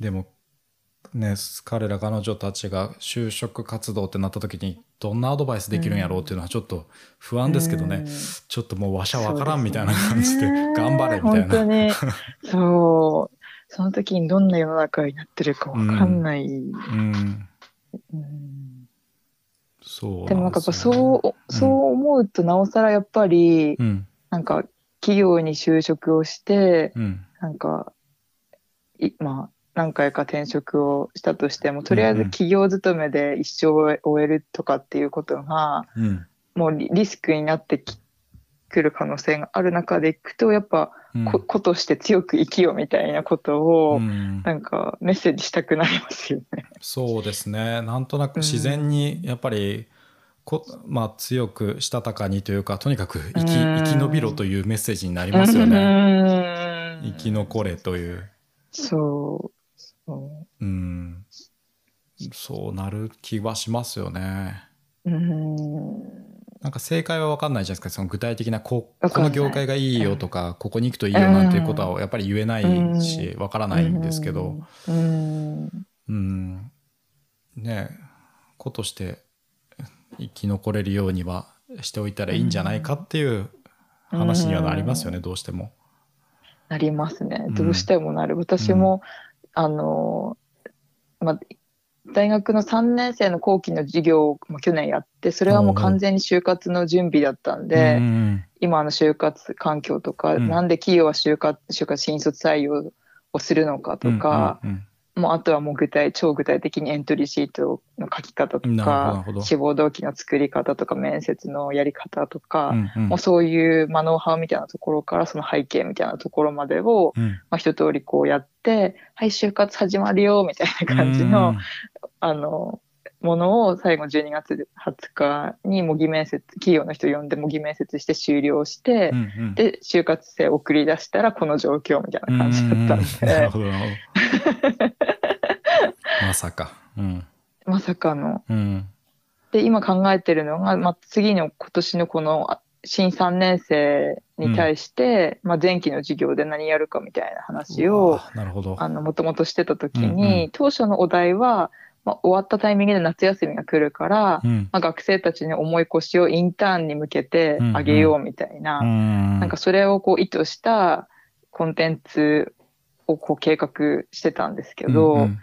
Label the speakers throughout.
Speaker 1: でも、ね、彼ら彼女たちが就職活動ってなった時にどんなアドバイスできるんやろうっていうのはちょっと不安ですけどね、
Speaker 2: うん
Speaker 1: ちょっともうわしゃわからんみたいな感じで頑張れみたい
Speaker 2: 本当
Speaker 1: な。
Speaker 2: に、 そう。その時にどんな世の中になってるかわかんない。
Speaker 1: うん、
Speaker 2: うん
Speaker 1: そう
Speaker 2: でもなんかやっぱ
Speaker 1: ですよね
Speaker 2: そう、そう思うとなおさらやっぱり、
Speaker 1: うん
Speaker 2: なんか企業に就職をして、
Speaker 1: うん
Speaker 2: なんか、いまあ、何回か転職をしたとしても、とりあえ
Speaker 1: うんう
Speaker 2: ず
Speaker 1: ん
Speaker 2: 企業勤めで一生を終えるとかっていうことが、
Speaker 1: うん
Speaker 2: もうリリスクになってきくる可能性がある中でいくと、やっぱ、
Speaker 1: うん
Speaker 2: こ子として強く生きようみたいなことを、
Speaker 1: うん
Speaker 2: なんかメッセージしたくなりますよね。
Speaker 1: そうですねなんとなく自然にやっぱりこ、まあ、強くしたたかにというかとにかく生き
Speaker 2: うん
Speaker 1: 生き延びろというメッセージになりますよね
Speaker 2: ね
Speaker 1: 生き残れという、
Speaker 2: そう。そ
Speaker 1: うん、そうなる気はしますよね
Speaker 2: う。うん。
Speaker 1: なんか正解は分かんないじゃないですかその具体的なこ
Speaker 2: わ
Speaker 1: こ
Speaker 2: かんな
Speaker 1: の
Speaker 2: い
Speaker 1: 業界がいいよとか、ここに行くといいよなんていうことはやっぱり言えないし分からないんですけど、
Speaker 2: うん。
Speaker 1: うん、ねえ子として生き残れるようにはしておいたらいいんじゃないかっていう話にはなりますよね、どうしても。
Speaker 2: なりますね
Speaker 1: うん。
Speaker 2: どうしてもなる。私も、あの、まあ、大学の3年生の後期の授業を、まあ、去年やって、それはもう完全に就活の準備だったんで、
Speaker 1: うん
Speaker 2: 今の就活環境とか、
Speaker 1: うん
Speaker 2: なんで企業は就活、就活新卒採用をするのかとか、、
Speaker 1: うんうん
Speaker 2: もうあとはもう具体、超具体的にエントリーシートの書き方と
Speaker 1: なる
Speaker 2: か
Speaker 1: ほど、
Speaker 2: 志望動機の作り方とか、面接のやり方とか、
Speaker 1: うんうん
Speaker 2: もうそういう、まあ、ノウハウみたいなところからその背景みたいなところまでを、
Speaker 1: うん
Speaker 2: まあ、一通りこうやって「はい就活始まるよ」みたいな感じの,、
Speaker 1: うん
Speaker 2: あのものを最後12月20日に模擬面接企業の人呼んで模擬面接して終了して、
Speaker 1: うんうん
Speaker 2: で就活生送り出したらこの状況みたいな感じだった
Speaker 1: うん
Speaker 2: んで、
Speaker 1: うんなるほどなるほどまさか。うん
Speaker 2: まさかの。
Speaker 1: うん
Speaker 2: で今考えてるのが、まあ、次の今年のこのあ新3年生に対して、まあ、前期の授業で何やるかみたいな話
Speaker 1: う
Speaker 2: を
Speaker 1: わなるほど。
Speaker 2: あの、もともとしてた時
Speaker 1: うん
Speaker 2: に、
Speaker 1: うん
Speaker 2: 当初のお題は、まあ、終わったタイミングで夏休みが来るから、
Speaker 1: うん
Speaker 2: まあ、学生たちに重い腰をインターンに向けてあげようみたいな、
Speaker 1: うん
Speaker 2: なんかそれをこう意図したコンテンツをこう計画してたんですけど、
Speaker 1: うん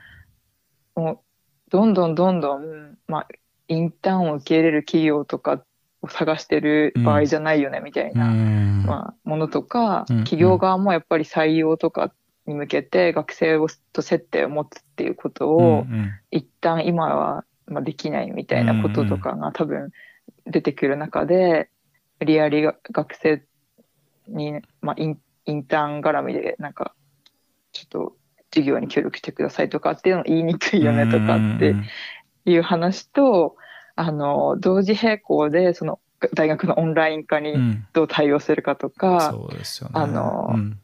Speaker 2: もうどんどんどんどん、まあ、インターンを受け入れる企業とかを探してる場合じゃないよねみたい
Speaker 1: うん
Speaker 2: な
Speaker 1: うん
Speaker 2: まあ、ものとか、
Speaker 1: うん
Speaker 2: 企業側もやっぱり採用とかに向けて学生をと接点を持つっていうことを
Speaker 1: うんうん
Speaker 2: 一旦今はまあできないみたいなこととかが多分出てくる中で無理やりが学生に、まあ、インインターン絡みでなんかちょっと授業に協力してくださいとかっていうの言いにくいよねとかって
Speaker 1: うん
Speaker 2: いう話とあの同時並行でその大学のオンライン化に
Speaker 1: うん
Speaker 2: どう対応するかとか、
Speaker 1: そうですよね。
Speaker 2: あの
Speaker 1: うん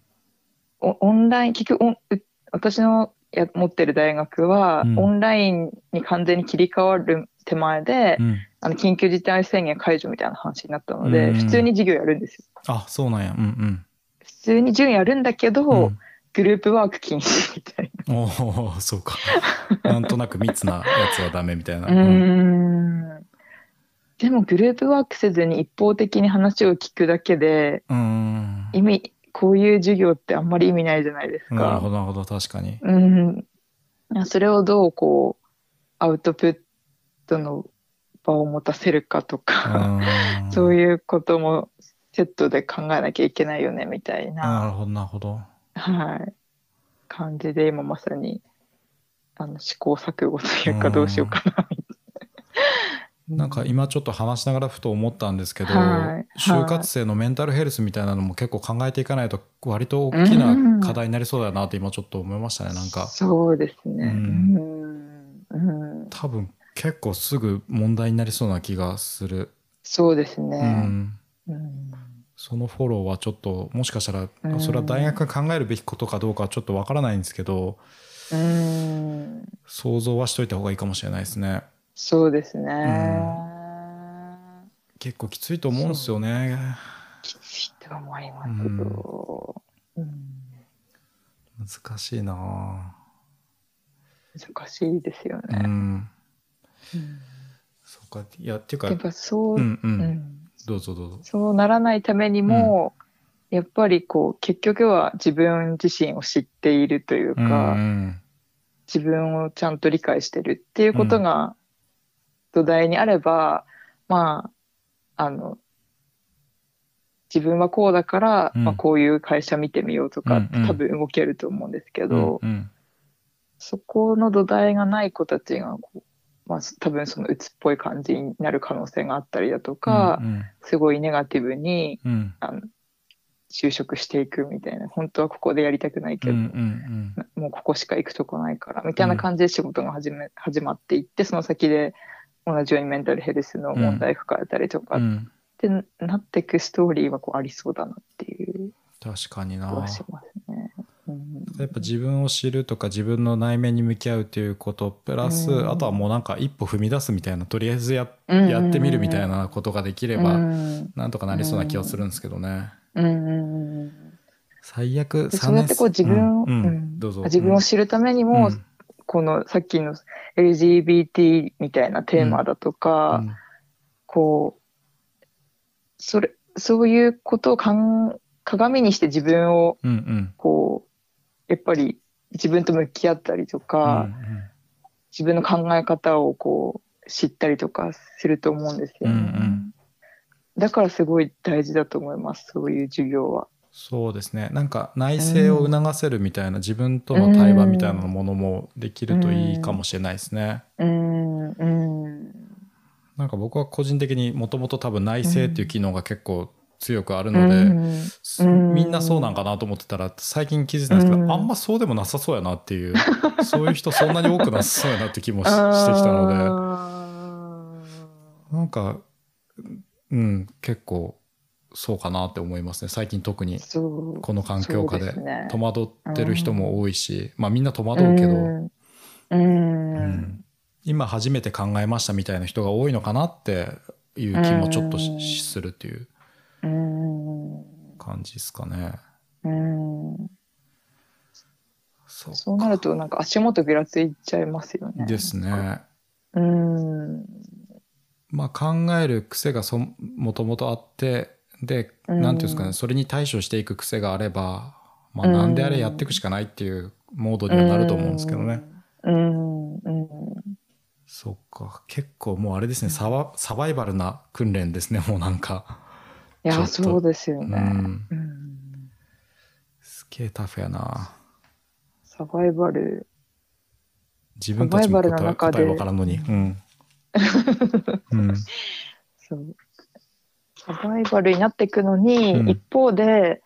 Speaker 2: おオンライン、結局オン、う私のや持ってる大学は、
Speaker 1: うん
Speaker 2: オンラインに完全に切り替わる手前で、
Speaker 1: うん
Speaker 2: あの緊急事態宣言解除みたいな話になったので、
Speaker 1: うん
Speaker 2: 普通に授業やるんですよ。
Speaker 1: あそうなんや。うん
Speaker 2: 普通に授業やるんだけど、
Speaker 1: うん。うん
Speaker 2: グループワーク禁止みたい
Speaker 1: おおそうか。なんとなく密なやつはダメみたいな。
Speaker 2: な。うーんでもグループワークせずに一方的に話を聞くだけで、
Speaker 1: うん。
Speaker 2: 意味、こういう授業ってあんまり意味ないじゃないですか。
Speaker 1: なるほどなるほど確かに。
Speaker 2: うん、それをどうこうアウトプットの場を持たせるかとか、そ
Speaker 1: いうう
Speaker 2: いうこともセットで考えなきゃいけないよねみたい
Speaker 1: ん。な
Speaker 2: な、
Speaker 1: るほどなるほど。
Speaker 2: はい、感じで今まさにあの試行錯誤というか
Speaker 1: うん
Speaker 2: どうしようかなみたいな。
Speaker 1: なんか今ちょっと話しながらふと思ったんですけど、
Speaker 2: はい
Speaker 1: 就活生のメンタルヘルスみたいなのも結構考えていかないと割と大きな課題になりそうだなって今ちょっと思いましたねなんか
Speaker 2: そうですね。
Speaker 1: う
Speaker 2: うんうん、
Speaker 1: 多分結構すぐ問題になりそうな気がする。
Speaker 2: そうです
Speaker 1: う
Speaker 2: ね。
Speaker 1: ん
Speaker 2: うん
Speaker 1: そのフォローはちょっともしかしたら
Speaker 2: うん
Speaker 1: それは大学が考えるべきことかどうかはちょっとわからないんですけど
Speaker 2: うん
Speaker 1: 想像はしといた方がいいかもしれないですね
Speaker 2: そうですね。
Speaker 1: 結構きついと思うんですよね
Speaker 2: きついと思いますけど、うん
Speaker 1: 難しいな
Speaker 2: 難しいですよ
Speaker 1: う
Speaker 2: ね。
Speaker 1: ん。
Speaker 2: うん
Speaker 1: そうか。いや、っていうか
Speaker 2: やっ、ぱそう、
Speaker 1: う
Speaker 2: うん
Speaker 1: うんん。どうぞどうぞ。
Speaker 2: そうならないためにも、やっぱりこう結局は自分自身を知っているという
Speaker 1: うんう
Speaker 2: か、
Speaker 1: ん。
Speaker 2: 自分をちゃんと理解してるっていうことが土台にあれば、まああの自分はこうだから、
Speaker 1: うん
Speaker 2: まあ、こういう会社見てみようとか、
Speaker 1: うんうん
Speaker 2: 多分動けると思うんですけど、
Speaker 1: うん
Speaker 2: そこの土台がない子たちがこう、まあ、多分その鬱っぽい感じになる可能性があったりだとか、
Speaker 1: うん
Speaker 2: すごいネガティブに
Speaker 1: うんうん
Speaker 2: あの就職していくみたいな本当はここでやりたくないけ
Speaker 1: う
Speaker 2: ど、
Speaker 1: んうん
Speaker 2: なもうここしか行くとこないからみたいな感じで仕事が始め、始まっていってその先で同じようにメンタルヘルスの問題抱えたりとか
Speaker 1: う
Speaker 2: っ
Speaker 1: ん
Speaker 2: てなってくストーリーはこうありそうだなっていう
Speaker 1: 確かに
Speaker 2: 気
Speaker 1: な。
Speaker 2: はしますね。うん
Speaker 1: やっぱ自分を知るとか自分の内面に向き合うということプラス、
Speaker 2: うん
Speaker 1: あとはもうなんか一歩踏み出すみたいなとりあえずや,、
Speaker 2: うん
Speaker 1: やってみるみたいなことができれ
Speaker 2: う
Speaker 1: ば
Speaker 2: ん
Speaker 1: なんとかなりそうな気はするんですけどね、
Speaker 2: うんうんうん
Speaker 1: 最悪
Speaker 2: で
Speaker 1: 3
Speaker 2: そうやっ
Speaker 1: 年
Speaker 2: てこう自分を、
Speaker 1: うんうん
Speaker 2: うん
Speaker 1: どうぞ
Speaker 2: 自分を知るためにも、
Speaker 1: うん
Speaker 2: このさっきの LGBT みたいなテーマだとか、
Speaker 1: うん
Speaker 2: こうそれそういうことをかん鏡にして自分を
Speaker 1: うんうん
Speaker 2: こうやっぱり自分と向き合ったりとか、自分の考え方をこう知ったりとかすると思うんですよね、
Speaker 1: うんうん
Speaker 2: だからすごい大事だと思いますそういう授業は。
Speaker 1: そうですねなんか内省を促せるみたいな、自分との対話みたいなものもできるといいかもしれないですね。
Speaker 2: うんうん
Speaker 1: なんか僕は個人的にもともと多分内省っていう機能が結構強くあるので、
Speaker 2: うん
Speaker 1: す
Speaker 2: うん
Speaker 1: みんなそうなんかなと思ってたら最近気づいたんですけど、
Speaker 2: うん
Speaker 1: あんまそうでもなさそうやなっていうそういう人そんなに多くなさそうやなって気もししてきた の
Speaker 2: の
Speaker 1: でなんかうん結構そうかなって思いますね最近特に
Speaker 2: そう
Speaker 1: この環境下
Speaker 2: そ
Speaker 1: で
Speaker 2: うすね
Speaker 1: 戸惑ってる人も多いし、まあみんな戸惑うけど、
Speaker 2: うんう
Speaker 1: うんん今初めて考えましたみたいな人が多いのかなっていう気もちょっとし
Speaker 2: うん
Speaker 1: するっていう
Speaker 2: うん
Speaker 1: 感じですかね。
Speaker 2: うん
Speaker 1: そう
Speaker 2: そうなるとなんか足元ぐらついちゃいますよね。
Speaker 1: ですね。
Speaker 2: うん。
Speaker 1: まあ、考える癖がそもともとあってで
Speaker 2: うん
Speaker 1: 何ていうんですかねそれに対処していく癖があれば、まあ、なんであれやっていくしかないっていうモードにはなると思うんですけどね、
Speaker 2: うん。うん。
Speaker 1: そっか結構もうあれですねサバサバイバルな訓練ですねもうなんか
Speaker 2: い
Speaker 1: ちょっ
Speaker 2: や、
Speaker 1: と
Speaker 2: そうですよ
Speaker 1: う
Speaker 2: ね。
Speaker 1: ん
Speaker 2: うん。
Speaker 1: すげえタフやな
Speaker 2: サバイバル。
Speaker 1: 自分たちも
Speaker 2: サバイバルの
Speaker 1: 答え
Speaker 2: 中で
Speaker 1: 答え分からんのに うん、うん、
Speaker 2: そう。サバイバルになっていくのに、
Speaker 1: うん
Speaker 2: 一方で、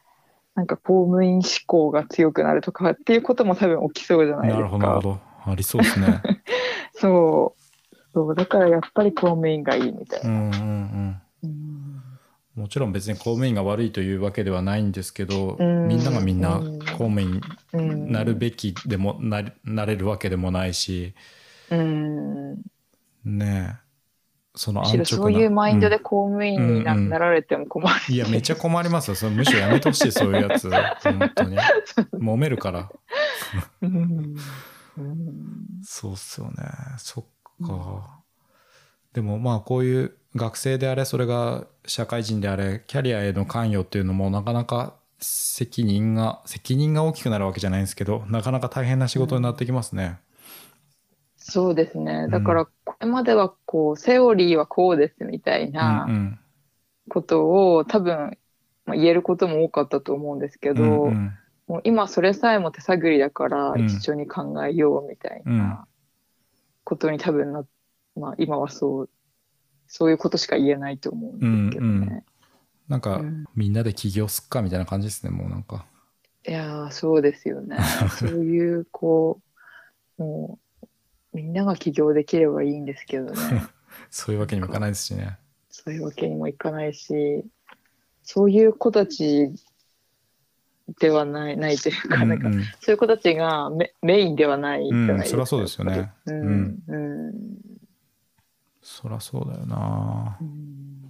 Speaker 2: なんか公務員志向が強くなるとかっていうことも多分起きそうじゃないです
Speaker 1: なる
Speaker 2: か。
Speaker 1: ほどなるほどありそうですね
Speaker 2: そう。そう、だからやっぱり公務員がいいみたいうな。
Speaker 1: んうんうん
Speaker 2: うん
Speaker 1: もちろん別に公務員が悪いというわけではないんですけど、
Speaker 2: うん
Speaker 1: みんながみんな
Speaker 2: うん
Speaker 1: 公務員
Speaker 2: うん
Speaker 1: なるべきでもなりなれるわけでもないし
Speaker 2: うん。
Speaker 1: ねえその
Speaker 2: む
Speaker 1: 安
Speaker 2: し
Speaker 1: 直
Speaker 2: ろ
Speaker 1: な
Speaker 2: そういうマインドで
Speaker 1: う
Speaker 2: 公務員にな,、
Speaker 1: うんうん
Speaker 2: なられても困る。
Speaker 1: んいやめっちゃ困りますよそれむしろやめてほしいそういうや つ本当に揉めるから
Speaker 2: うん。うん
Speaker 1: そうっすよねそっか、でもまあこういう学生であれそれが社会人であれキャリアへの関与っていうのもなかなか責任が責任が大きくなるわけじゃないんですけどなかなか大変な仕事になってきますね。
Speaker 2: そうですね
Speaker 1: ん。
Speaker 2: だから、これまではこう、セオリーはこうですみたい
Speaker 1: うんう
Speaker 2: なんことを多分、まあ、言えることも多かったと思うんですけ
Speaker 1: う
Speaker 2: ど、
Speaker 1: んうん
Speaker 2: もう今それさえも手探りだから
Speaker 1: うん
Speaker 2: 一緒に考えようみたいなことに多分な、まあ今はそう、そういうことしか言えないと思うんですけどね。
Speaker 1: うんなんか、
Speaker 2: うん
Speaker 1: みんなで起業すっかみたいな感じですねもうなんか。
Speaker 2: いやーそうですよ ね。そういう、こう、もう、みんなが起業できればいいんですけ どね。
Speaker 1: そういうわけにもいかないですしね。
Speaker 2: そういうわけにもいかないし、そういう子たちではない、ないというか、なんか、
Speaker 1: うん
Speaker 2: そういう子たちがメメインではないじゃないですか。
Speaker 1: うんそりゃそうですよね
Speaker 2: やっぱりうん。うん。
Speaker 1: そらそうだよな。
Speaker 2: うん